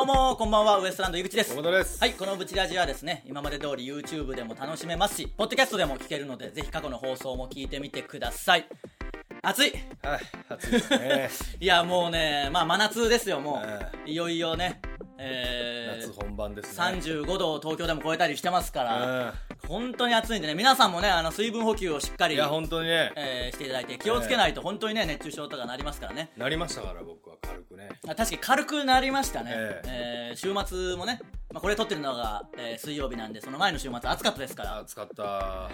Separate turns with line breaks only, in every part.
うもこんばんはウエストランド井口です
小本です
はいこのブチラジはですね今まで通り YouTube でも楽しめますしポッドキャストでも聞けるのでぜひ過去の放送も聞いてみてください暑い
はい暑いで すね
いやもうねまあ真夏ですよもういよいよねえ
夏
ー
本番ですね
35度を東京でも超えたりしてますから、
うん
本当に暑いんでね皆さんもねあの水分補給をしっかり
いや本当にね
えーしていただいて気をつけないと本当にね熱中症とかなりますからね
なりましたから僕は軽くね
あ確かに軽くなりましたね、
え
えー週末もね、まあ、これ撮ってるのが、えー水曜日なんでその前の週末暑かったですから
暑かった
い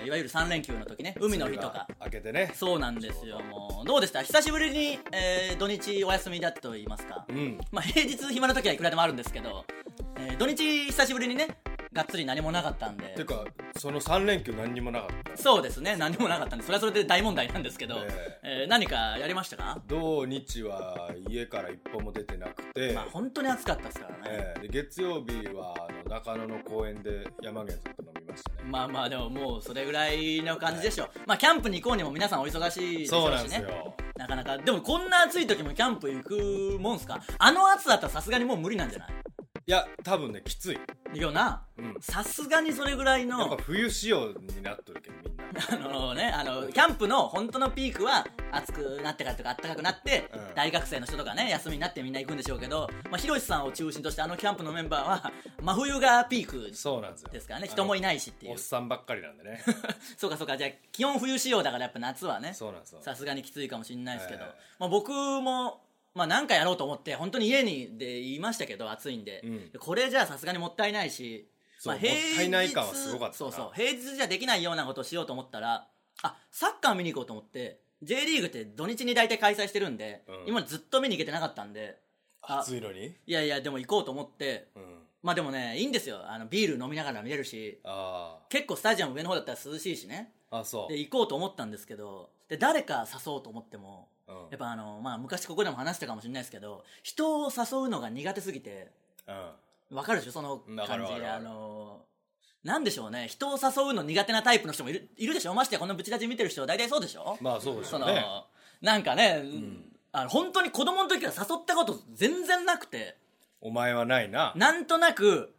わゆる3連休の時ね海の日とか
開けてね
そうなんですよもうどうでした久しぶりに、えー土日お休みだったと言いますか、
うん
まあ、平日暇な時はいくらでもあるんですけど、えー土日久しぶりにねがっつり何もなかったんで
てかその3連休何にもなかっ
そうですね何もなかったんでそれはそれで大問題なんですけど、
え
えー何かやりましたか
た土日は家から一歩も出てなくて、
まあ本当に暑かったですからね、
ええで月曜日はあの中野の公園で山源さんと飲みましたね
まあまあでももうそれぐらいの感じでしょう、まあキャンプに行こうにも皆さんお忙しいでし
そう
ょう
なん
し
で
ね
すよ
なかなかでもこんな暑い時もキャンプ行くもんすかあの暑さだったらさすがにもう無理なんじゃない
いや多分ねきつい
いよな
うん
さすがにそれぐらい
やっ
の
ぱ冬仕様になっとるけどみんな
あのねあのキャンプの本当のピークは暑くなってからとか暖かくなって、
うん
大学生の人とかね休みになってみんな行くんでしょうけどまあひろしさんを中心としてあのキャンプのメンバーは真冬がピーク
そうなんですよ
ですからね人もいないしっていう
おっさんばっかりなんでね
そうかそうかじゃあ気温冬仕様だからやっぱ夏は ね
そうなんですよ
さすがにきついかもしれないですけど、
ええ
まあ、僕も、まあ、何かやろうと思って本当に家にで言いましたけど暑いんで、
うん
これじゃさすがにもったいないし、
そうもったいない感はすごかったな
そうそう平日じゃできないようなことをしようと思ったらあサッカー見に行こうと思って J リーグって土日に大体開催してるんで、
うん
今までずっと見に行けてなかったんであ
暑いのに
いやいやでも行こうと思って
うん
まあでもねいいんですよあのビール飲みながら見れるし
あ
結構スタジアム上の方だったら涼しいしね
ーあそう
で行こうと思ったんですけどで誰か誘おうと思っても
うん
やっぱあの、まあ、昔ここでも話したかもしれないですけど人を誘うのが苦手すぎて
うん
わかるでしょその
わか
感
るわか
じ
る
あのなんでしょうね人を誘うの苦手なタイプの人もいるいるでしょましてやこのブチラジ見てる人大体そうでしょ、
まあそうでしょ
そうの、
ね
なんかね、あの本当に子供の時から誘ったこと全然なくて
お前はないな
なんとなく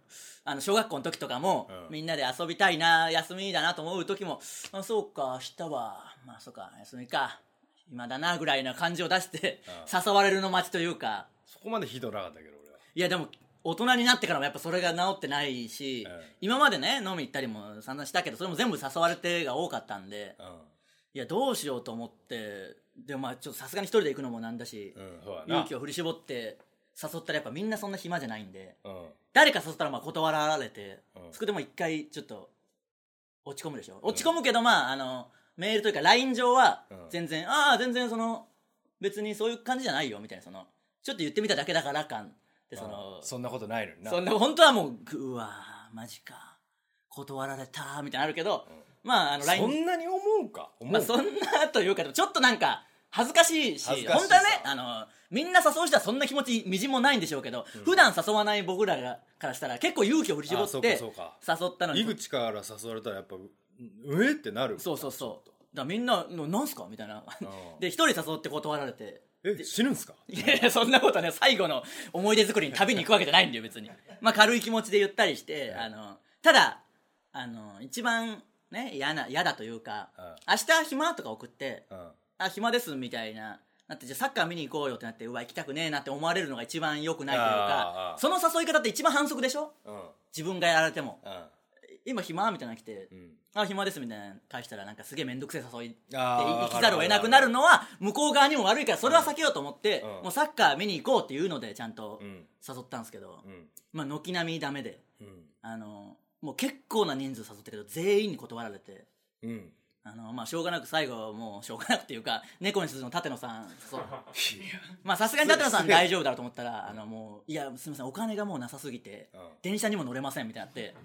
あの小学校の時とかも、
うん
みんなで遊びたいな休みだなと思う時もあそうか明日はまあそうか休みか今だなぐらいな感じを出して、誘われるの待ちというか
そこまでひどなかったけど俺はい
やでも大人になってからもやっぱそれが治ってないし、
うん
今までね飲み行ったりも散々したけどそれも全部誘われてが多かったんでいやどうしようと思ってでもまあちょっとさすがに一人で行くのもなんだし、
うん、うん、そうやな
勇気を振り絞って誘ったらやっぱみんなそんな暇じゃないんで。
うん
誰か誘ったらまあ断られて、
うん
そこでも一回ちょっと落ち込むでしょ落ち込むけどまああのメールというか LINE 上は
うん
全然、ああ全然その別にそういう感じじゃないよみたいなそのちょっと言ってみただけだから感でその、
うんそんなことないのにな
そんな本当はもうぐうわーマジか断られたーみたいなのあるけど、まああの LINE
そんなに思うか思う
まあ、そんなというかでもちょっとなんか恥ずかしいし
恥ずかし
本
いさ
当はねあのみんな誘う人はそんな気持ちみじんもないんでしょうけど、普段誘わない僕らがからしたら結構勇気を振り絞
あそ
っ
うか
て
そうか
誘ったのに
井口から誘われたらやっぱううえってなる
そうそうそうだからみんな「なんすか?」みたいな
うん
で一人誘って断られて
え死ぬんすか
いやいやそんなことはね最後の思い出作りに旅に行くわけじゃないんだよ別に、まあ、軽い気持ちでゆったりしてあのただあの一番ね嫌な嫌だというか
うん
明日暇とか送って
うん
あ暇ですみたいななってじゃあサッカー見に行こうよってなってうわ行きたくねえなって思われるのが一番良くないという
あー
か
あー
その誘い方って一番反則でしょ
うん
自分がやられても
うん
今暇みたいなの来て、
うん
あ暇ですみたいなの返したらなんかすげえ面倒くせえ誘いって
あー
行きざるを得なくなるのは向こう側にも悪いからそれは避けようと思って、
うん
もうサッカー見に行こうっていうのでちゃんと
うん
誘ったんですけど、
うん
まあ軒並みダメで
うん
あのもう結構な人数誘ったけど全員に断られて。
うん
あのまあしょうがなく最後はもうしょうがなくっていうか猫に鈴の舘野さんそうまあさすがに舘野さん大丈夫だろうと思ったらあのもういやすみませんお金がもうなさすぎて
うん
電車にも乗れませんみたいになっ て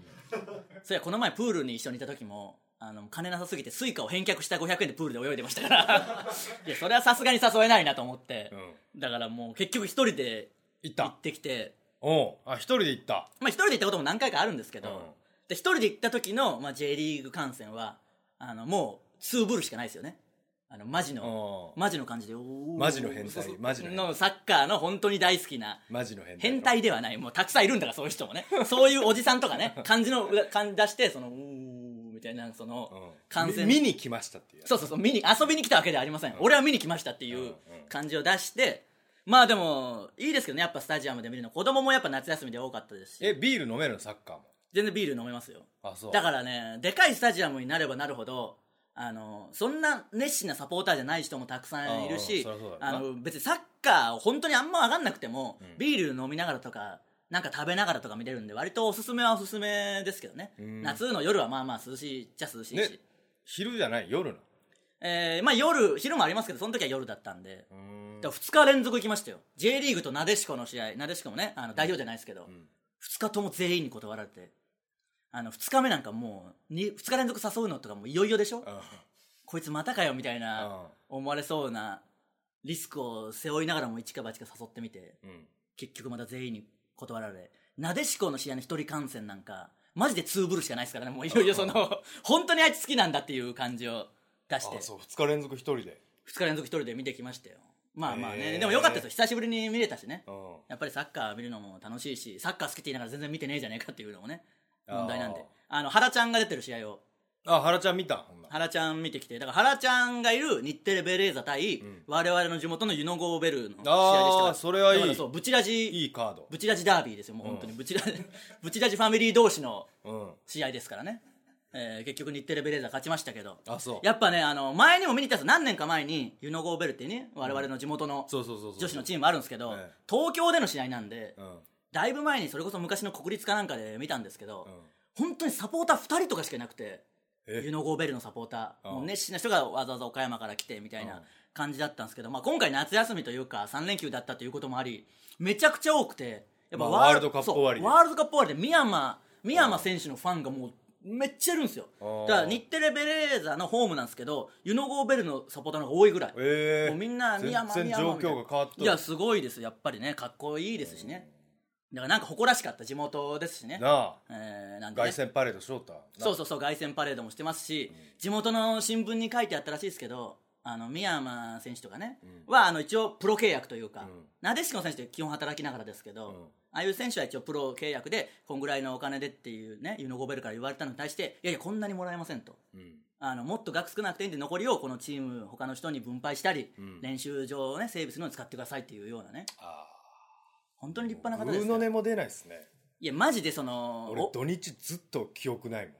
そりゃこの前プールに一緒にいた時もあの金なさすぎてスイカを返却した500円でプールで泳いでましたから いやそれはさすがに誘えないなと思って
うん
だからもう結局一人で
行った
行ってきて
おうあ一人で行った
まあ一人で行ったことも何回かあるんですけど、
うん
で一人で行った時の、まあ、J リーグ観戦はあのもうツーブルしかないですよねあのマジの
うん
マジの感じでおー
マジの変
そう
態
そう
マジの変態
のサッカーの本当に大好きな
マジの変態
変態ではないもうたくさんいるんだからそういう人もねそういうおじさんとかね漢字の感じ出してそのうーみたいなその、
うん
感染
み見に来ましたっていうやつ
そうそうそう見に遊びに来たわけではありません、俺は見に来ましたってい
うんう
うん感じを出してまあでもいいですけどねやっぱスタジアムで見るの子供もやっぱ夏休みで多かったです
え
し
ビール飲めるのサッカーも
全然ビール飲めますよ
あそう
だからねでかいスタジアムになればなるほどあのそんな熱心なサポーターじゃない人もたくさんいるし
うんうんそりゃそうだ
あ
ろうな
の別にサッカーを本当にあんま分かんなくても、
ん
ビール飲みながらとかなんか食べながらとか見れるんで割とおすすめはおすすめですけどね
うん
夏の夜はまあまあ涼しいっちゃ涼しいし、
ね昼じゃない夜の
えーまあ夜昼もありますけどその時は夜だったんで
うーん
だ2日連続行きましたよ J リーグとなでしこの試合なでしこもねあの代表じゃないですけど、
ん
2日とも全員に断られてあの2日目なんかもう 2, 日連続誘うのとかもういよいよでしょ
うん
こいつまたかよみたいな
あ
思われそうなリスクを背負いながらも一か八か誘ってみて
うん
結局また全員に断られなでしこの試合の一人観戦なんかマジでツーブルしかないですからねもういよいよその本当にあいつ好きなんだっていう感じを出して
あそう2日連続一人で
2日連続一人で見てきましたよまあまあね、
へー
でもよかったですよ久しぶりに見れたしね
うん
やっぱりサッカー見るのも楽しいしサッカー好きって言いながら全然見てねえじゃねえかっていうのもね
あー
問題なんであの原ちゃんが出てる試合を
あ原ちゃん見たほんなら
原ちゃん見てきてだから原ちゃんがいる日テレベレーザ対、
ん
我々の地元のユノゴーベルの試合でしたから
ああそれはい
だから
い
そうブチラジ
いいカード
ブチラジダービーですよもう本当にブチラジ、 ブチラジファミリー同士の
うん
試合ですからね、えー結局日テレベレーザ勝ちましたけど
あそう
やっぱねあの前にも見に行ったんですよ何年か前にユノゴーベルっていうね我々の地元の
そうそうそうそう
女子のチームあるんですけど、
ええ
東京での試合なんで、
うん
だいぶ前にそれこそ昔の国立かなんかで見たんですけど、
うん
本当にサポーター2人とかしかいなくて
え
ユノゴーベルのサポーター
うん
もう熱心な人がわざわざ岡山から来てみたいうなん感じだったんですけど、まあ、今回夏休みというか3連休だったということもありめちゃくちゃ多くてやっ
まあ
ワ
ワールドカップ終わり
そうワールドカップ終わりでミヤマミヤマ選手のファンがもうめっちゃいるんですよ
うん
だから日テレベレーザのホームなんですけどユノゴーベルのサポーターの方が多いぐらい
ええ
もうみんな、
全
ミヤマ、
然
ミヤマ
状
みたい
況
な
が変わっと
い
る
や、すごいです、やっぱりね、かっこいいですしね。だからなんか誇らしかった地元ですしね。
なあ
えー、なんで、ね
凱。旋パレードしよった
そう
う
そうそう、凱旋パレードもしてますし、地元の新聞に書いてあったらしいですけど、あの、ミヤマ選手とかね、は、あの、一応プロ契約というか、
ん
なでしこの選手って基本働きながらですけど、
うん
ああいう選手は一応プロ契約で、こんぐらいのお金でっていうね、ユノゴベルから言われたのに対して、いやいや、こんなにもらえませんと。
うん
あのもっと額少なくていいんで残りをこのチーム他の人に分配したり、
ん
練習場をね整備するのに使ってくださいっていうようなね
あ
本当に立
あ
派な方で
う
す
の
よ
音も出ないですね
いやマジでその
俺
お
土日ずっと記 憶ないもん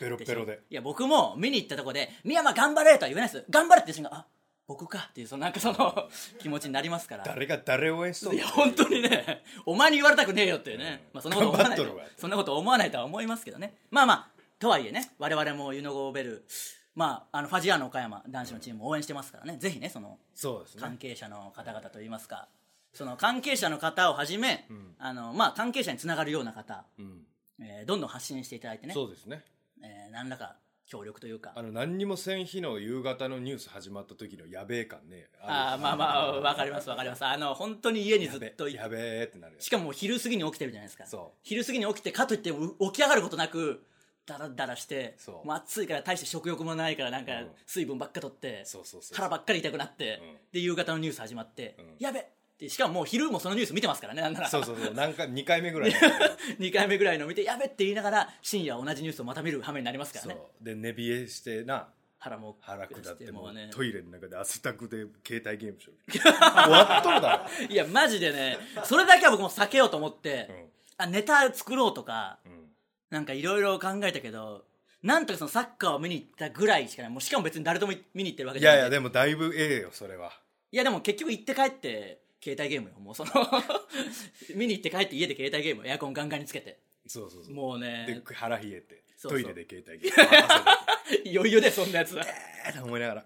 ペロペロで
いや僕も見に行ったとこで「宮山頑張れ!」とは言えないです頑張れって瞬間あ僕かっていうそのなんかその 気持ちになりますから
誰が誰を応援しと
い
る
や本当にねお前に言われたくねえよっていうね、まあ、そんなこと思わないと
頑張っとるわ
そんなこと思わないとは思いますけどねまあまあとはいえね我々もユノゴーベルまあ、あのファジアーノ岡山男子のチームも応援してますからね、ぜひねその
そうですね
関係者の方々といいますか、その関係者の方をはじめ、あのまあ、関係者につながるような方、
うん
えーどんどん発信していただいてね、
そうですね
えー何らか協力というか
あ、の何にもせん日の夕方のニュース始まった時のやべえ感ね
ああまあまあ、わかります、わかります、あの本当に家にず
や
っ
べ
とい
やべえってなるや
しかも昼過ぎに起きてるじゃないですか、
そう
昼過ぎに起きて、かといってう起き上がることなく、だらだらして、
そ
も
う
う暑いから、大して食欲もないから、なんか
うん
水分ばっか取って、
そうそうそう
腹ばっかり痛くなって、
うん
で夕方のニュース始まって、
ん
やべって、しかももう昼もそのニュース見てますからね、なんなら。
そうそうそう何回2回目ぐらい
2回目ぐらいの見てやべって言いながら深夜同じニュースをまた見る羽目になりますから
そう
ね
で寝冷えしてな
腹も
腹下っても
うね
うトイレの中で汗だくで携帯ゲームしよ る終わっとるだ
いやマジでねそれだけは僕も避けようと思って、
ん
あネタ作ろうとか
ろ、う
なんかいろいろ考えたけどなんとかそのサッカーを見に行ったぐらいしかないもうしかも別に誰とも見に行ってるわけ
ん、い
じゃな
や
い
いやでもだいぶええよそれはい
やでも結局行って帰って携帯ゲームよもうその 見に行って帰って家で携帯ゲームエアコンガンガンにつけて
そうそうそう
もう
で
ね
腹冷えて
そうそう
トイレで携帯ゲーム汗だ
いよいよでそんなやつは
くって思いな がら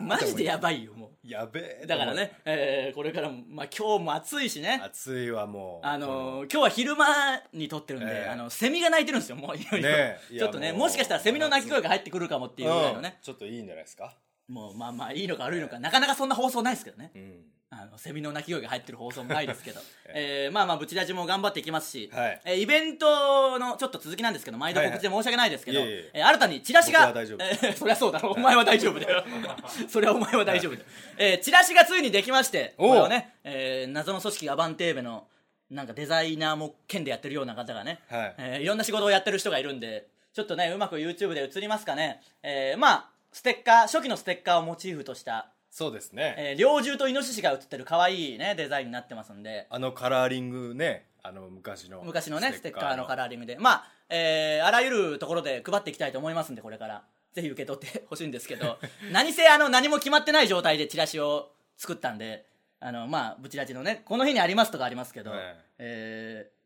マジでやばいよもう
やべえ
だからね、えーこれからも、まあ、今日も暑いしね、
暑いわもう
あのー今日は昼間に撮ってるんで、
ええ
あのセミが鳴いてるんですよ、もういろいろ、
ねえいや
ちょっとね、
もう
もしかしたらセミの鳴き声が入ってくるかもっていうぐらいのね、
うんちょっといいんじゃないですか
もうまあまあ、いいのか悪いのか、なかなかそんな放送ないですけどね、
うん
あのセミの鳴き声が入ってる放送もないです けど、えーまあまあブチラジも頑張っていきますし、
はい
えーイベントのちょっと続きなんですけど毎度告知で申し訳ないですけど、
はいはいいえいえ
えー新たにチラシが
僕は大丈夫
えーそ りゃそうだろお前は大丈夫だよ それはお前は大丈夫だよ、えーチラシがついにできまして
おう
これをね、えー謎の組織アバンテーベのなんかデザイナーも兼でやってるような方がね、
はい
えーいろんな仕事をやってる人がいるんでちょっとねうまく YouTube で映りますかね、えーまあステッカー初期のステッカーをモチーフとした
そうですね、
えー猟銃とイノシシが写ってる可愛いねデザインになってますんで
あのカラーリングねあの昔の
昔のねステッカーのカ
ラ
ラーリングでまあ、えーあらゆるところで配っていきたいと思いますんでこれから ぜひ受け取ってほしいんですけ ど何せあの何も決まってない状態でチラシを作ったんであのまあブチラジのねこの日にありますとかありますけど、
はい
えー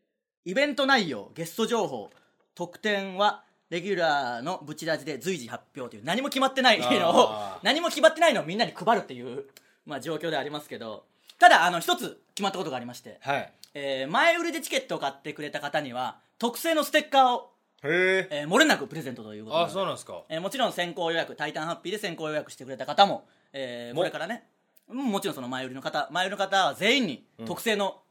イベント内容ゲスト情報特典はレギュラーのブチラジで随時発表という何も決まってないのを
あー
何も決まってないのをみんなに配るっていう、まあ、状況ではありますけどただあの一つ決まったことがありまして、
はいへ
えー前売りでチケットを買ってくれた方には特製のステッカーを、
え
えー漏れなくプレゼントということ
あ
で
そうなんですか
えーもちろん先行予約「タイタンハッピー」で先行予約してくれた方も、えー
も
これからねうんもちろんその前売りの方前売りの方は全員に特製の、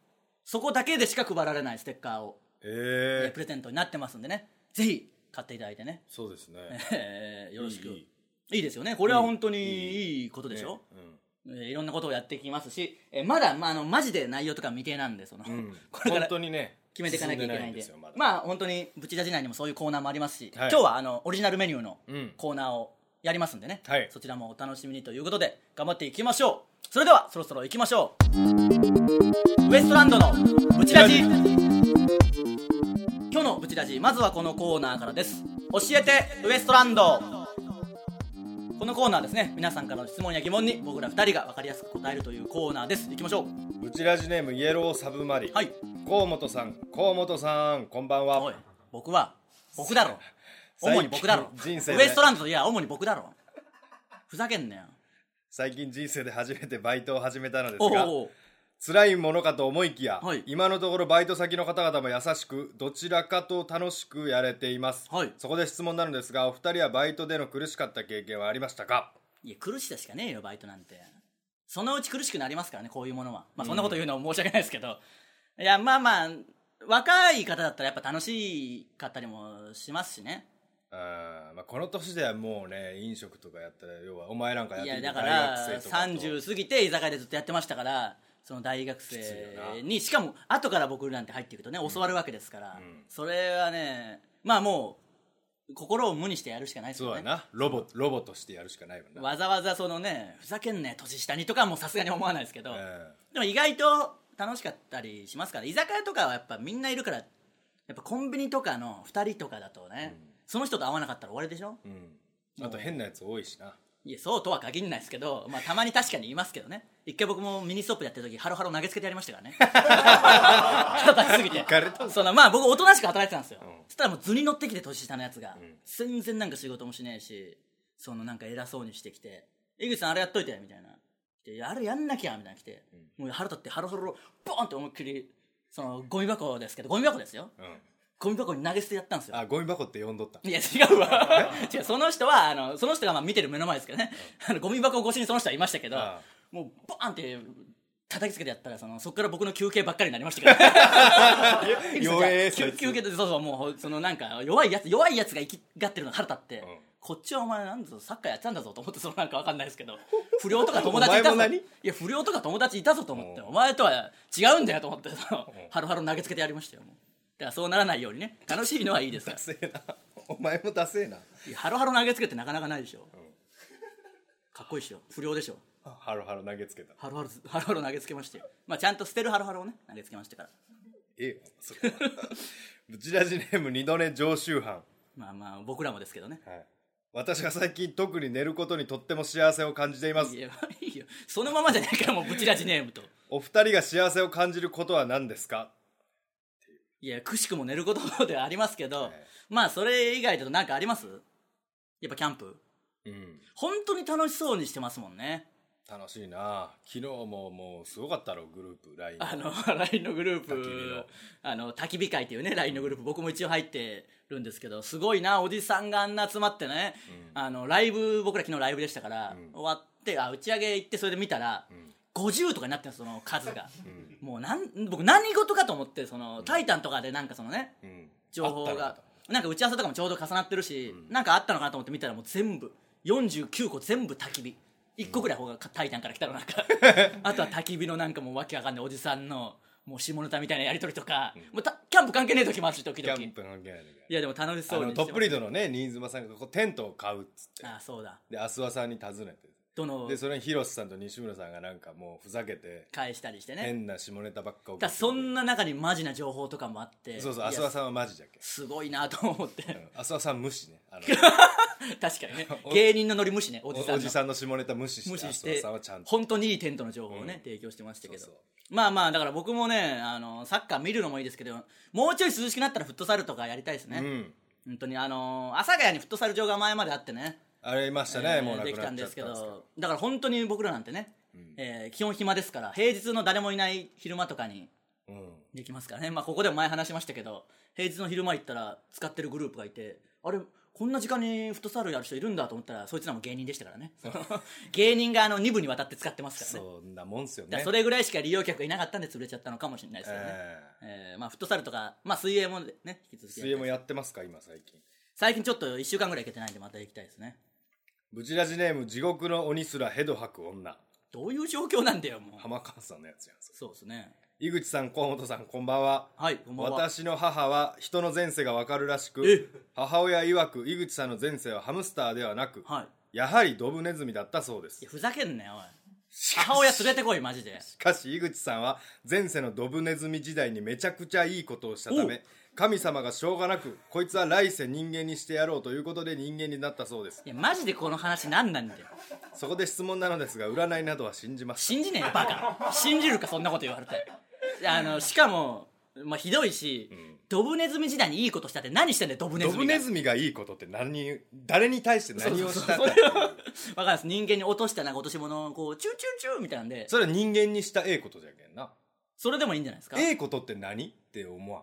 そこだけでしか配られないステッカーを、えー
え
プ
え
レゼントになってますんでねぜひ買っていただいてね、
そうですね
えーよろしくい
い
い
いい
ですよねこれは本当にいいことでしょ、
ねうん
えーいろんなことをやっていきますし、えーまだ、まあ、あのマジで内容とか未定なんでその、
うん、
これから
本当にね
決めていかなきゃいけないんで
進でよまだ、
まあ本当にブチラジ内にもそういうコーナーもありますし、
はい
今日はあのオリジナルメニューの
うん
コーナーをやりますんでね、
はい
そちらもお楽しみにということで頑張っていきましょうそれではそろそろ行きましょうウエストランドのブチラジ今日のブチラジまずはこのコーナーからです教えてウエストランドこのコーナーですね皆さんからの質問や疑問に僕ら2人が分かりやすく答えるというコーナーです行きましょう
うちラジネームイエローサブマリン
はい
河本さん河本さんこんばん
おい
は
僕は僕だろ
最
主
近
に僕だろ
人生で
ウエストランドといや主に僕だろふざけんなよ
最近人生で初めてバイトを始めたので
お
すが
おう
辛いものかと思いきや、
はい
今のところバイト先の方々も優しくどちらかと楽しくやれています、
はい
そこで質問なのですがお二人はバイトでの苦しかった経験はありましたか
いや苦しさしかねえよバイトなんてそのうち苦しくなりますからねこういうものはまあそんなこと言うのは申し訳ないですけど、いやまあまあ若い方だったらやっぱ楽しかったりもしますしね
あーまあ、この年ではもうね飲食とかやったら要はお前なんかやっ
い
て
や
る
だか
大
ら
学生とかと
30過ぎて居酒屋でずっとやってましたからその大学
きついよ
生
な
にしかも後から僕なんて入っていくとね教わるわけですから、それはねまあもう心を無にしてやるしかないです
そう
よ
だ
ね
なロボロボとしてやるしかないもんな、
わざわざそのねふざけんね年下にとかはもうさすがに思わないですけど、
うん
でも意外と楽しかったりしますから居酒屋とかはやっぱみんないるからやっぱコンビニとかの2人とかだとね、その人と会わなかったら終わりでしょ、
うん、あと変なやつ多いしな、
いやそうとは限らないですけど、まあ、たまに確かにいますけどね一回僕もミニストップやってる時ハロハロ投げつけてやりましたからね叩きすぎて
かれた
そのまあ僕おとなしく働いてたんですよ、
うん
そしたらもう図に乗ってきて年下のやつが、全然なんか仕事もしねえしそのなんか偉そうにしてきて「井口さんあれやっといて」みたいな「であれやんなきゃ」みたいな来て、もう腹立ってハロハロボーンって思いっきりそのゴミ箱ですけどゴミ箱ですよ
うん、
ゴミ箱に投げ捨てやったんですよ
あゴミ箱って呼んどった
いや違うわ違うその人はあのその人がまあ見てる目の前ですけどね、あのゴミ箱越しにその人はいましたけど、
ああ
もうボーンって叩きつけてやったらそのそこから僕の休憩ばっかりになりましたけど
弱え
じゃあ
そい
休
つ
休憩でそうそうもうそのなんか弱いやつ弱いやつが生きがってるのが腹立って、
ん
こっちはお前なんぞサッカーやってたんだぞと思ってそのなんかわかんないですけど不良とか友達いた
お
ぞ
前も
い
何
や不良とか友達いたぞと思って、
うん
お前とは違うんだよと思ってその、ハロハロ投げつけてやりましたよもうだからそうならないようにね楽しいのはいいですから
ダセえなお前もダセえない
やハロハロ投げつけってなかなかないでしょ、かっこいいでしょ不良でしょ
ハロハロ投げつけた
ハロハロハロハロ投げつけましてまあちゃんと捨てるハロハロをね投げつけましてから
ええよそれは ブチラジネーム二度寝常習犯、
まあまあ僕らもですけどね
はい、私が最近特に寝ることにとっても幸せを感じています
いやいいよそのままじゃねえからもうブチラジネームと
お二人が幸せを感じることは何ですか
いやくしくも寝ることではありますけど、まあそれ以外だと何かありますやっぱキャンプ
うん
本当に楽しそうにしてますもんね
楽しいな昨日ももうすごかったろグループ LINE
あの LINE のグルー
焚き火
プ
の
あの焚き火会っていうね LINE のグループ僕も一応入ってるんですけどすごいなおじさんがあんな集まってね、あのライブ僕ら昨日ライブでしたから、終わってあ打ち上げ行ってそれで見たら、 50とかになってるその数が
うん
もうなん僕何事かと思ってその「タイタン」とかでなんかそのね
うん
情報
あったの
が
か
なんか打ち合わせとかもちょうど重なってるし、なんかあったのかなと思って見たらもう全部49個全部焚き火1個ぐらい方がタイタンから来たのなん かあとは焚き火のなんかもうわけわかんないおじさんのもう下ネタみたいなやり取りとか、もうたキャンプ関係ねえ時もあるし時
キ
々
ャン
い
プの関係ないんだけど
やでも楽し
あ
そう
の
に
トップリードのね新妻さんがこうテントを買うっつって
あそうだ
で阿諏訪さんに尋ねて
どの
でそれに広瀬さんと西村さんがなんかもうふざけて
返したりしてね
変な下ネタばっか送っ
だか
て
ら
きて
そんな中にマジな情報とかもあって
そうそ
いや
う阿諏訪さんはマジじゃけ
すごいなと思って、
うん阿諏訪さん無視ね あの
確かにね
お
芸人のノリ無視ねおじさんの
おおじさんの下ネタ無視して
無視し
阿諏
て
訪さんはちゃんと
本当にいいテントの情報をね、
うん
提供してましたけど
そう
まあまあだから僕もねあのサッカー見るのもいいですけどもうちょい涼しくなったらフットサルとかやりたいですね、
うん
本当にあの阿佐ヶ谷にフットサル場が前まであってね
あれいましたね、
えー
もうなくな
で
っち
き
ゃったた
ん
んで
ですす
け
け
ど
どだから本当に僕らなんてね、えー基本暇ですから平日の誰もいない昼間とかに
うん、
できますからね、まあ、ここでも前話しましたけど平日の昼間行ったら使ってるグループがいてあれこんな時間にフットサルやる人いるんだと思ったらそいつらも芸人でしたからね芸人があの2部にわたって使ってますからね
そんなもんっすよ
だか
ね
らそれぐらいしか利用客がいなかったんで潰れちゃったのかもしれないですけどね、え
え
ーまあ、フットサルとか、まあ、水泳もね引き続きやり
ー
たい
水泳もやってますか今最近
最近ちょっと1週間ぐらい行けてないんでまた行きたいですね
ブチラジネーム地獄の鬼すらヘド吐く女
どういう状況なんだよもう
浜川さんのやつやんそれ
そうですね
井口さん河本さんこんばんは
はいこんばんは
私の母は人の前世がわかるらし
え
く母親曰く井口さんの前世はハムスターではなく、
はい
やはりドブネズミだったそうです
いやふざけんなよおい
し
母親連れてこいマジで
しかし井口さんは前世のドブネズミ時代にめちゃくちゃいいことをしたた
おう
め神様がしょうがなくこいつは来世人間にしてやろうということで人間になったそうです
いやマジでこの話何なんだよ
そこで質問なのですが占いなどは信じます
信じねえよバカ信じるかそんなこと言われてあのしかも、まあ、ひどいし、ドブネズミ時代にいいことしたって何してんだよドブネ
ド
ズミ
ブ
が
ネズミがいいことって何誰に対して何をしたかってい
分
う
かんないです人間に落としたなんか落とし物をこうチューチューチューみたいなんでそ
それは人間にしたええことじゃけんな
れでもいいんじゃないですか
ええことって何って思わん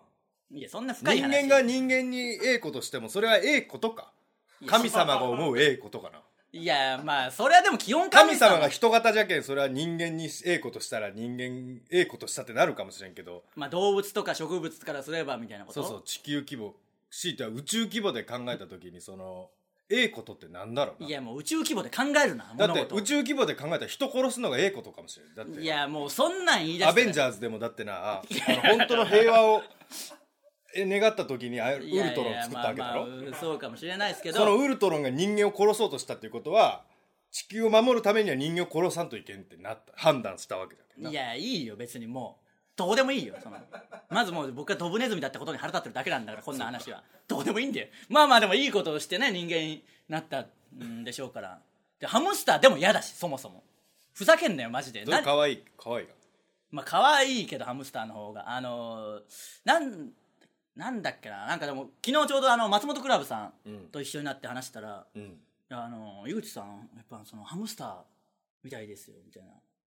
いやそんな深い
人
話
間が人間にええことしてもそれはええことか
いや
神様が思うええことかない
やまあそれはでも基本
神様が人型じゃけんそれは人間にええことしたら人間ええことしたってなるかもしれんけど
まあ、動物とか植物からすればみたいなこと
そうそう地球規模強いては宇宙規模で考えた時にそのええことってなんだろうな
やもう宇宙規模で考えるな
だっ
物
て
事を
宇宙規模で考えたら人殺すのがええことかもしれんだっ
い
て
やもうそんなん言い出したら
アベンジャーズでもだってなあの本当の平和をえ願った時にあウル
いやいや
トロン作ったわけだろ
まあまあそうかもしれないですけど
そのウルトロンが人間を殺そうとしたっていうことは地球を守るためには人間を殺さんといけんってなった判断したわけだけど
いやいいよ別にもうどうでもいいよそのまずもう僕がドブネズミだったことに腹立ってるだけなんだからこんな話はどうでもいいんだよまあまあでもいいことをしてね人間になったんでしょうからでハムスターでも嫌だしそもそもふざけんなよマジで
それ
な
かわいいかわいいが
まあ可愛いけどハムスターの方があのーなんなんだっけななんかでも昨日ちょうどあの松本クラブさんと一緒になって話したら、
うん
いやあの井口さんやっぱそのハムスターみたいですよみたいな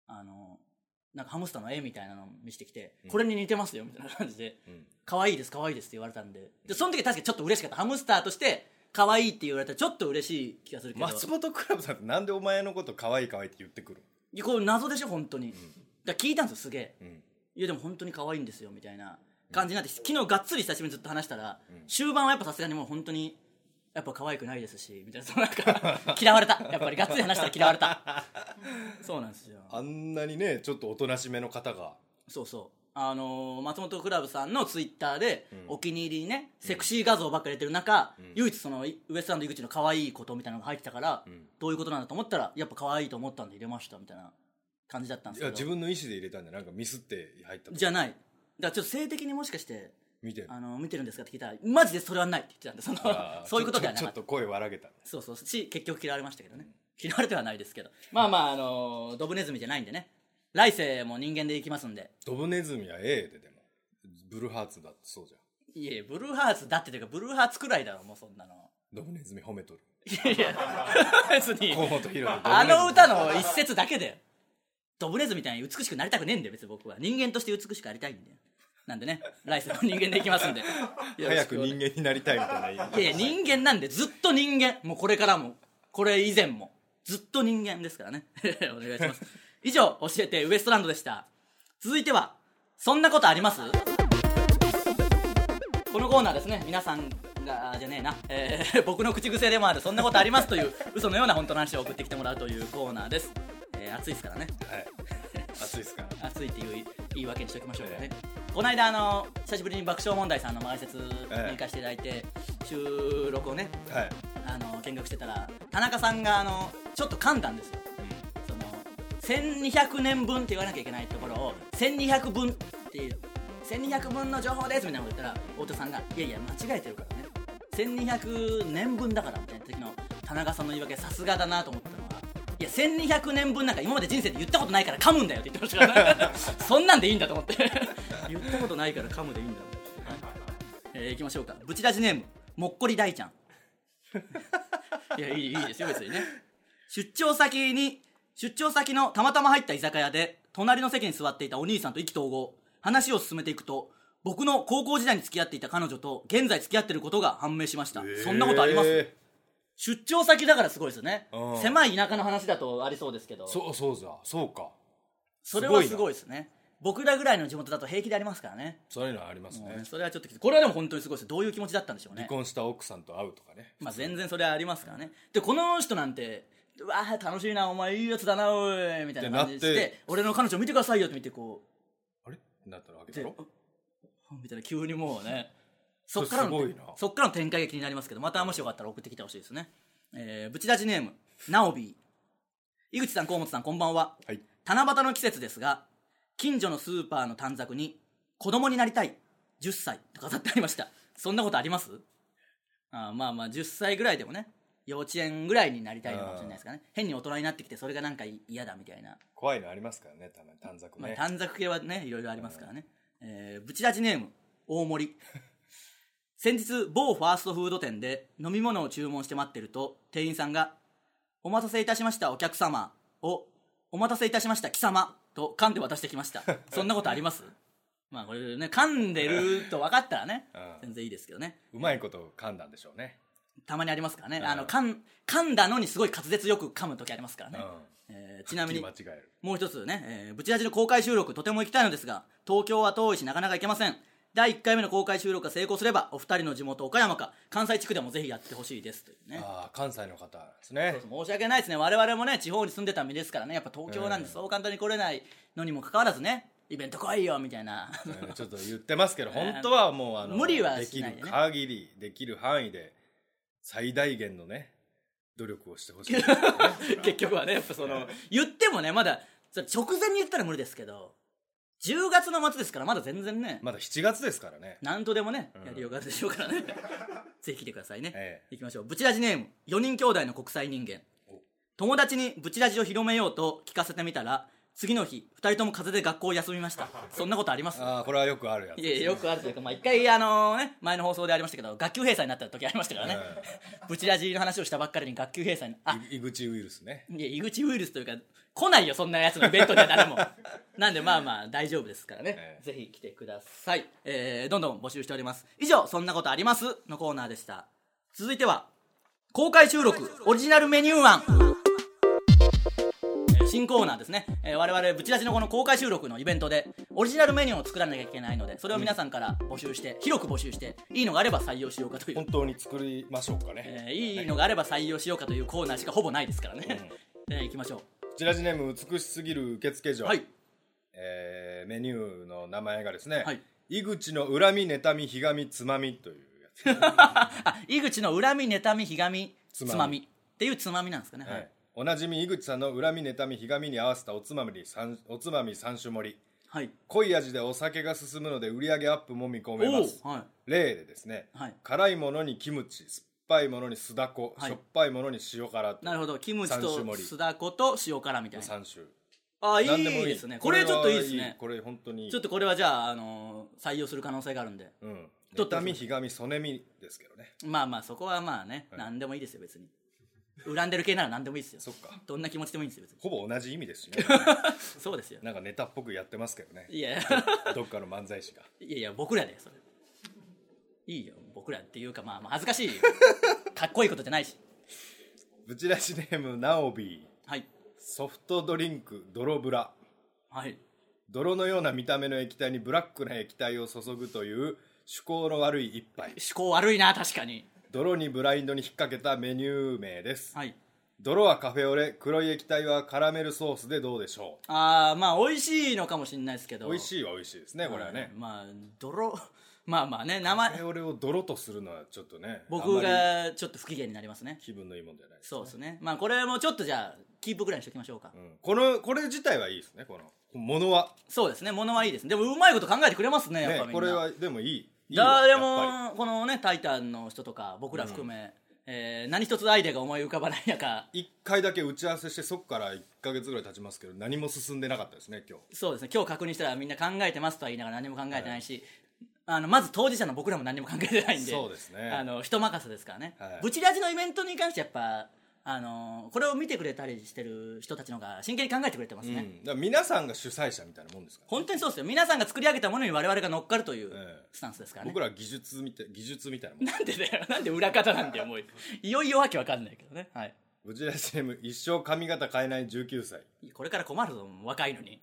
あのなんかハムスターの絵みたいなのを見せてきて、これに似てますよみたいな感じで、可愛いです可愛いですって言われたんででその時確かにちょっと嬉しかったハムスターとして可愛いって言われたらちょっと嬉しい気がするけど
松本クラブさんってなんでお前のことかわいいかわいいって言ってくる
いやこれ謎でしょ本当に、だから聞いたんですよすげえ、
ん
いやでも本当に可愛いんですよみたいな感じになって、昨日がっつり久しぶりにずっと話したら、終盤はやっぱさすがにもう本当にやっぱ可愛くないです しみたいなそのなんか嫌われたやっぱりがっつり話したら嫌われたそうなんですよ
あんなにねちょっとおとなしめの方が
そうそうあのー松本クラブさんのツイッターで、お気に入りにねセクシー画像ばっか入れてる中、唯一そのいウエストランド井口の可愛いことみたいなのが入ってたから、どういうことなんだと思ったらやっぱ可愛いと思ったんで入れましたみたいな感じだったんです
い
け
や
ど
自分の意思で入れたんじゃなんかミスって入ったと
じゃないだからちょっと性的にもしかして
見てんの
あの見てるんですかって聞いたらマジでそれはないって言ってたんでそ
あ
の
ー
そういうことではな
ちょ
か
っ
った
と声笑げたね
そうそうし結局嫌われましたけどね嫌われてはないですけど まあまああのドブネズミじゃないんでね来世も人間でいきますんで
ドブネズミはええででもブルーハーツだってそうじゃん
いえブルーハーツだってというかブルーハーツくらいだろもうそんなの
ドブネズミ褒めとる
いやいや別に
河本ヒロのドブネズミ
あの歌の一節だけでドブネズみたいに美しくなりたくねえんだよ別に僕は人間として美しくありたいんだよなんでね来世も人間でいき ますんで
早く人間になりたいみたいない
やいや人間なんでずっと人間もうこれからもこれ以前もずっと人間ですからね お願いします以上、教えてウエストランドでした。続いては、そんなことありますこのコーナーですね、皆さんが、あじゃねえな、えー 僕の口癖でもある、そんなことありますという、嘘のような本当の話を送ってきてもらうというコーナーです。えー暑いですからね。
はい暑いですか
暑いっていう言い訳にしておきましょうかね、この間あの久しぶりに爆笑問題さんの前説に行かせていただいて、収録をね
はい、
あの見学してたら田中さんがあのちょっと噛んだんですよその1200年分って言わなきゃいけないところを1200分っていう1200分の情報ですみたいなこと言ったら太田さんが「いやいや間違えてるからね1200年分だから」みたいな時の田中さんの言い訳さすがだなと思ったのは「いや1200年分なんか今まで人生で言ったことないから噛むんだよ」って言ってましたから ねそんなんでいいんだと思って 言ったことないから噛むでいいんだと思ってえー、いきましょうかブチラジネームもっこり大ちゃん いやいいいいですよ別にね出張先に出張先のたまたま入った居酒屋で隣の席に座っていたお兄さんと意気投合話を進めていくと僕の高校時代に付き合っていた彼女と現在付き合ってることが判明しました、そんなことあります
え
出張先だからすごいですよね
うん
狭い田舎の話だとありそうですけど
ーそうそうだそうか
それは
す
す
ご
ごいですね僕らぐらいの地元だと平気でありますからね
そういうのはあります
も
ね
うねそれはちょっときついこれはでも本当にすごいですどういう気持ちだったんでしょうね
離婚した奥さんと会うとかね
まあ全然それはありますからね。で、この人なんて、うわあ楽しいな、お前いいやつだな、おい、みたいな感じでして、
ってなって
俺の彼女見てくださいよって見てこ
あれってなったわけ
う、で
だろ
あみたいな急にもうね、そっから
それ
の
すごいな、
そっからの展開が気になりますけど、またもしよかったら送ってきてほしいですね。えー、ぶちだちネーム、ナオビー。井口さん、河本さん、こんばんは。
はい
七夕の季節ですが近所のスーパーの短冊に「子供になりたい10歳」と飾ってありましたそんなことありますあーまあまあ10歳ぐらいでもね幼稚園ぐらいになりたいのかもしれないですからね変に大人になってきてそれがなんか嫌だみたいな、
怖いのありますからねたまに短冊
まあ、
ね、
短冊系はねいろいろありますからね、えー、ブチラジネーム大森 先日某ファーストフード店で飲み物を注文して待ってると店員さんが「お待たせいたしましたお客様」を「お待たせいたしました貴様」と噛んで渡してきました そんなことありますまあこれね噛んでると分かったらね
うん
全然いいですけどね
うまいこと噛んだんでしょうね
たまにありますからね、
うん
あの噛ん噛んだのにすごい滑舌よく噛む時ありますから
う
ね
ん、
えーちなみ
気
に
間違える
もう一つね、えーブチラジの公開収録とても行きたいのですが、東京は遠いしなかなか行けません。第1回目の公開収録が成功すれば、お二人の地元岡山か関西地区でもぜひやってほしいですというね。
ああ関西の方なんですね
そうそう申し訳ないですね。我々もね、地方に住んでた身ですからね、やっぱ東京なんで
うん
そう簡単に来れないのにもかかわらずね、イベント来いよみたい な。
うんちょっと言ってますけど本当はもうあの
無理は
で
し
き
ない
る
ね
限りできる範囲で最大限のね努力をしてほしい ですよね
結局はね、やっぱその、言ってもね、まだ、それ直前に言ったら無理ですけど、10月の末ですから、まだ全然ね、
まだ7月ですからね
なんとでもね、
うん
やりようがあるでしょうから ね。ぜひ来てくださいね。
え
いきましょう。ブチラジネーム、4人兄弟の国際人間。友達にブチラジを広めようと聞かせてみたら、次の日、2人とも風邪で学校を休みました。そんなことあります
えああこれはよくあるやつ
いやいやよくあるというか、まあ、一回、あのね、前の放送でありましたけど、学級閉鎖になった時ありましたからね。 ブチラジの話をしたばっかりに学級閉鎖に、あ、
い井口ウイルスね
いや、井口ウイルスというか、来ないよ、そんなやつのイベントには誰 も。なんで、まあまあ、大丈夫ですからね。
ええ
ぜひ来てください。えー、どんどん募集しております。以上、そんなことありますのコーナーでした。続いては、公開収録、オリジナルメニュー案。えー新コーナーですね、えー我々ぶち出しのこの公開収録のイベントでオリジナルメニューを作らなきゃいけないのでそれを皆さんから募集して広く募集していいのがあれば採用しようかという
本当に作りましょうかね、
えーいいのがあれば採用しようかというコーナーしかほぼないですからね、 えー行きましょ
こちらジネーム美しすぎる受付
う
嬢、
はい
えーメニューの名前がですね、
はい
井口の恨み妬みひがみつまみというやつ、
あ井口の恨み妬みひがみ
つ
つ
まみ
まみっていうつまみなんですかね、は
はいい、おなじみ井口さんの恨み妬みひがみに合わせたおつまみ三おつまみ三種盛り
はい、
濃い味でお酒が進むので売り上げアップも見込めます
おうはい
例でですね、
はい
辛いものにキムチ酸っぱいものに酢だこ、
はい
しょっぱいものに塩辛と
なるほどキムチ
三種
と
盛り
酢だこと塩辛みたいな
三種
あい
何でも
いですねこれちょっといいです
は
ね
これ本当にいい
ちょっとこれはじゃあ、あのー採用する可能性があるんで
うん
ちょっと
妬みひがみそねみですけどね
まあまあそこはまあね、
はい
何でもいいですよ別に恨んでる系なら何でもいいですよ
そっか
どんな気持ちでもいいんですよ別に
ほぼ同じ意味ですし ね
そうですよ
なんかネタっぽくやってますけどね
いやいや
どっかの漫才師が
いやいや僕らだよそれいいよ僕らっていうかまあまあ恥ずか しいよかっこいいことじゃないし
ブチラシネームナオビー
はい
ソフトドリンク泥ブラ
はい
泥のような見た目の液体にブラックな液体を注ぐという趣向の悪い一杯
思考悪いな確かに
泥にブラインドに引っ掛けたメニュー名です
はい
泥はカフェオレ黒い液体はカラメルソースでどうでしょ
ああまあ美味しいのかもしれないですけど
う美味
い
しいは美味しいですねこれはね
まあ泥 まあまあね名
カ
前
フェオレを泥とするのはちょっとね
僕
あんまり
がちょっと不機嫌になりますね
気分のいいもんじゃないです
そうですねまあこれもちょっとじゃあキープぐらいにしときましょうか、
うんこのこれ自体はいいですねこのものは
そうですね物はいいですねでもうまいこと考えてくれますねやっぱ
ね
みんな、
これはでもいいいいわ
誰
やっ
も
ぱ
このね「タイタン」の人とか僕ら含め、えー何一つアイデアが思い浮かばない中
り一回だけ打ち合わせしてそこから1か月ぐらい経ちますけど何も進んでなかったですね今日
そうですね今日確認したらみんな考えてますとは言いながら何も考えてないし、あのまず当事者の僕らも何も考えてないんで
そうですね
あの人任せですからね、
はい
ブチラジのイベントに関してやっぱあのこれを見てくれたりしてる人たちの方が真剣に考えてくれてますね、
うん、だから皆さんが主催者みたいなもんですから、
本当にそうですよ皆さんが作り上げたものに我々が乗っかるという
ええ
スタンスですからね、
僕ら技術みたい技術みたいなもん
なんでだよなん で裏方なんだよもういよいよわけわかんないけどねはい
ブチラジネーム一生髪型変えない19歳
これから困るぞもう若いのに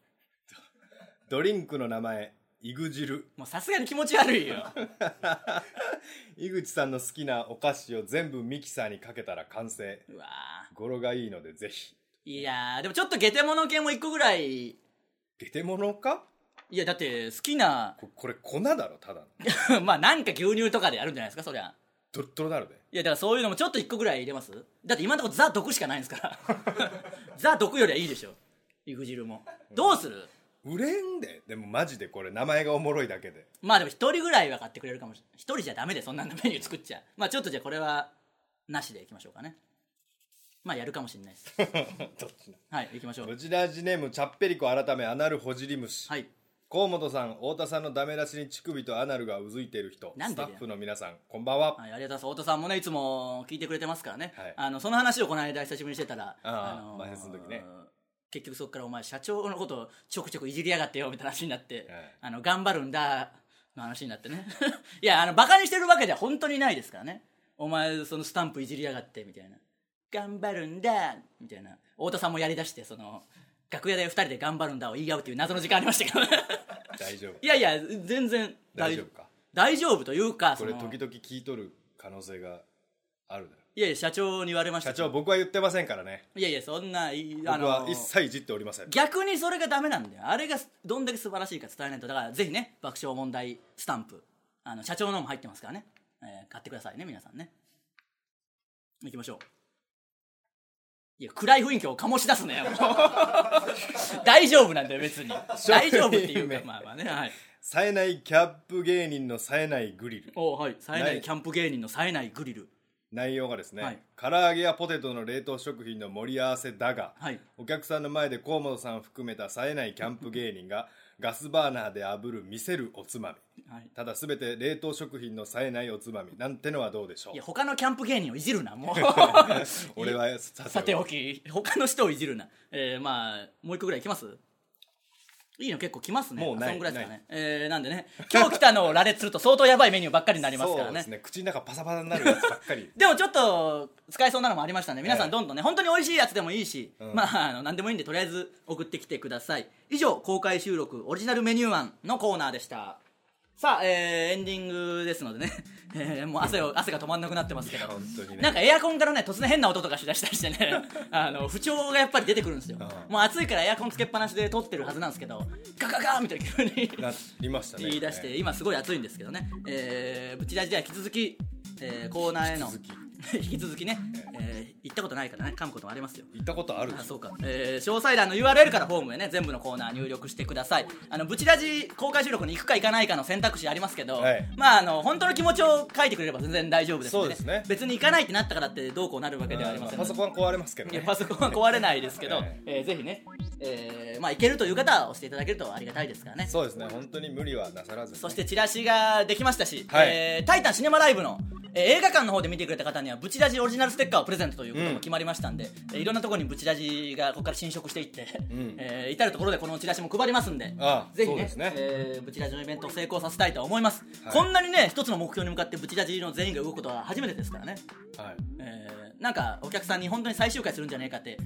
ドリンクの名前イグジル
もうさすがに気持ち悪 いよ
井口さんの好きなお菓子を全部ミキサーにかけたら完成
うわ
語呂がいいのでぜひ
ーいやーでもちょっとゲテモノ系も一個ぐらいい
ゲテモノか
やだって好きな
ここれ粉だろただの
まあなんか牛乳とかでやるんじゃないですかそりゃ
ドロッドロだろで
いやだからそういうのもちょっと一個ぐらい入れますだって今のところザ毒しかないんです からザ毒よりはいいでしょ肉汁もどうする
売れんででもマジでこれ名前がおもろいだけで
まあでも一人ぐらいは買ってくれるかもしれない一人じゃダメでそんなのメニュー作っ ちゃまあちょっとじゃあこれはなしでいきましょうかねまあやるかもしれないです
どっちだ
はい行きましょう
ブチラジネームチャッペリコ改めアナルほじり虫、
はい
河本さん太田さんのダメ出しに乳首とアナルがうずいている人
なん
ス
でだ
タ
よ
ッフの皆さんこんばんは、
はい、ありがとうございます太田さんもねいつも聞いてくれてますからね、
はい
あのその話をこの間久しぶりにしてたら
あー
の
前説の時ね
結局そこからお前社長のことをちょくちょくいじりやがってよみたいな話になって、
はい
あの頑張るんだの話になってね いやあのバカにしてるわけじゃ本当にないですからねお前そのスタンプいじりやがってみたいな頑張るんだみたいな太田さんもやりだしてその楽屋で2人で頑張るんだを言い合うっていう謎の時間ありましたけどね
大丈夫
いやいや全然
大丈夫か
大丈夫というか
これ
その
時々聞いとる可能性があるだろ
いやいや社長に言われました
社
けど
長僕は言ってませんからね
いやいやそんないいあ
僕は
の
一切いじっておりません
逆にそれがダメなんだよあれがすどんだけ素晴らしいか伝えないとだからぜひね爆笑問題スタンプあの社長のも入ってますからね、えー買ってくださいね皆さんね行きましょういや暗い雰囲気を醸し出すねもう 大丈夫なんだよ 別に大丈夫っていうかまあまあねはい
冴えないキャップ芸人の冴えないグリル
おうはい冴えな
ない
いキャンプ芸人の冴えないグリル
内容がですね、
はい
唐揚げやポテトの冷凍食品の盛り合わせだが、
はい
お客さんの前で河本さんを含めた冴えないキャンプ芸人がガスバーナーで炙る見せるおつまみ
はい
ただ全て冷凍食品の冴えないおつまみなんてのはどうでしょう
いや他のキャンプ芸人をいじるなもう
俺はさ
さておき他の人をいじるなえー、まあもう一個ぐらいいきますいいの結構きますね
もうない
そんぐらいですかねえー、なんでね今日来たのを羅列すると相当やばいメニューばっかりになりますから
そう
ね
です
で
ね口の中パサパサになるやつばっ かり
もちょっと使えそうなのもありましたんで皆さ
え
ん
え
どんどんね本当に美味しいやつでもいいし、
うん
まああの何でもいいんでとりあえず送ってきてください以上公開収録オリジナルメニュー案のコーナーでしたさあ、えーエンディングですのでね、 えーもう汗を汗が止まんなくなってますけど
本当にね
なんかエアコンからね突然変な音とかしだしたりしてね あの不調がやっぱり出てくるんですよ、
ん
もう暑いからエアコンつけっぱなしで撮ってるはずなんですけどガガガーみたいな急に
なりましたね
言い出して、
ね
今すごい暑いんですけどねえー、ブチラジでは引き続き、えーコーナーへの
引き
引き続きね、えー行ったことないからね噛むこともありますよ
行ったことある
あそうか、えー詳細欄の URL からフォームへね全部のコーナー入力してくださいあのブチラジ公開収録に行くか行かないかの選択肢ありますけど、
はい
まああの本当の気持ちを書いてくれれば全然大丈夫ですので,、
そうですね
別に行かないってなったからってどうこうなるわけではありません
パ
の
ソ
で
コン壊れますけど
いや
ね
パソコンは壊れないですけど、
え
えーぜひね、えーまあ、行けるという方は押していただけるとありがたいですからね
そうですね本当に無理はなさらずにね
そしてチラシができましたし「
はい
えータイタンシネマライブの」えー映画館の方で見てくれた方にはブチラジオリジナルステッカーをプレゼントということも決まりましたんで、えーいろんなところにブチラジがここから侵食していって、
ん
えー至るところでこのチラシも配りますんで
ああ
ぜひ
そう
ね
ですね
えーブチラジのイベントを成功させたいと思います、
はい
こんなにね一つの目標に向かってブチラジの全員が動くことは初めてですからね、
はい
えーなんかお客さんに本当に最終回するんじゃねえかって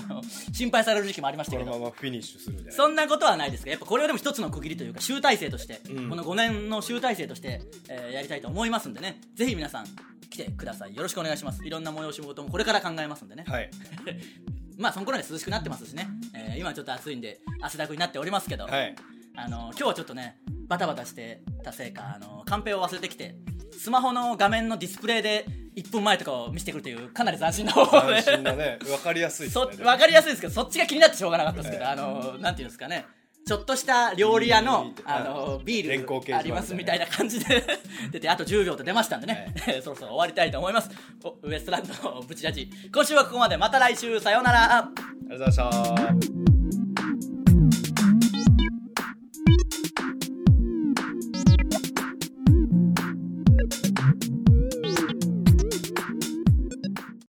心配される時期もありました
こ
け
のま
ど
まフィニッシュするんじゃない
そんなことはないですがやっぱこれはでも一つの区切りというか集大成として、
うん
この5年の集大成として、えーやりたいと思いますんでねぜひ皆さん来てくださいよろしくお願いしますいろんな催し事もこれから考えますんでね、
はい
まあその頃に涼しくなってますしね、えー今ちょっと暑いんで汗だくになっておりますけど、
はい
あの今日はちょっとねバタバタしてたせいかあのカンペを忘れてきてスマホの画面のディスプレイで1分前とかを見せてくるというかなり斬新な方法で
斬新だね分かりやすいです
そ
ね
分かりやすいですけどそっちが気になってしょうがなかったですけど、
ええ
あのなんていうんですかねちょっとした料理屋
いい
の
いい
あの
うん
ビ
電光
ー
掲示
ル
板
ありますみたいな感じ で出てあと10秒と出ましたんでね、 そろそろ終わりたいと思いますおウエストランドのブチラジ今週はここまでまた来週さようなら
ありがとうございました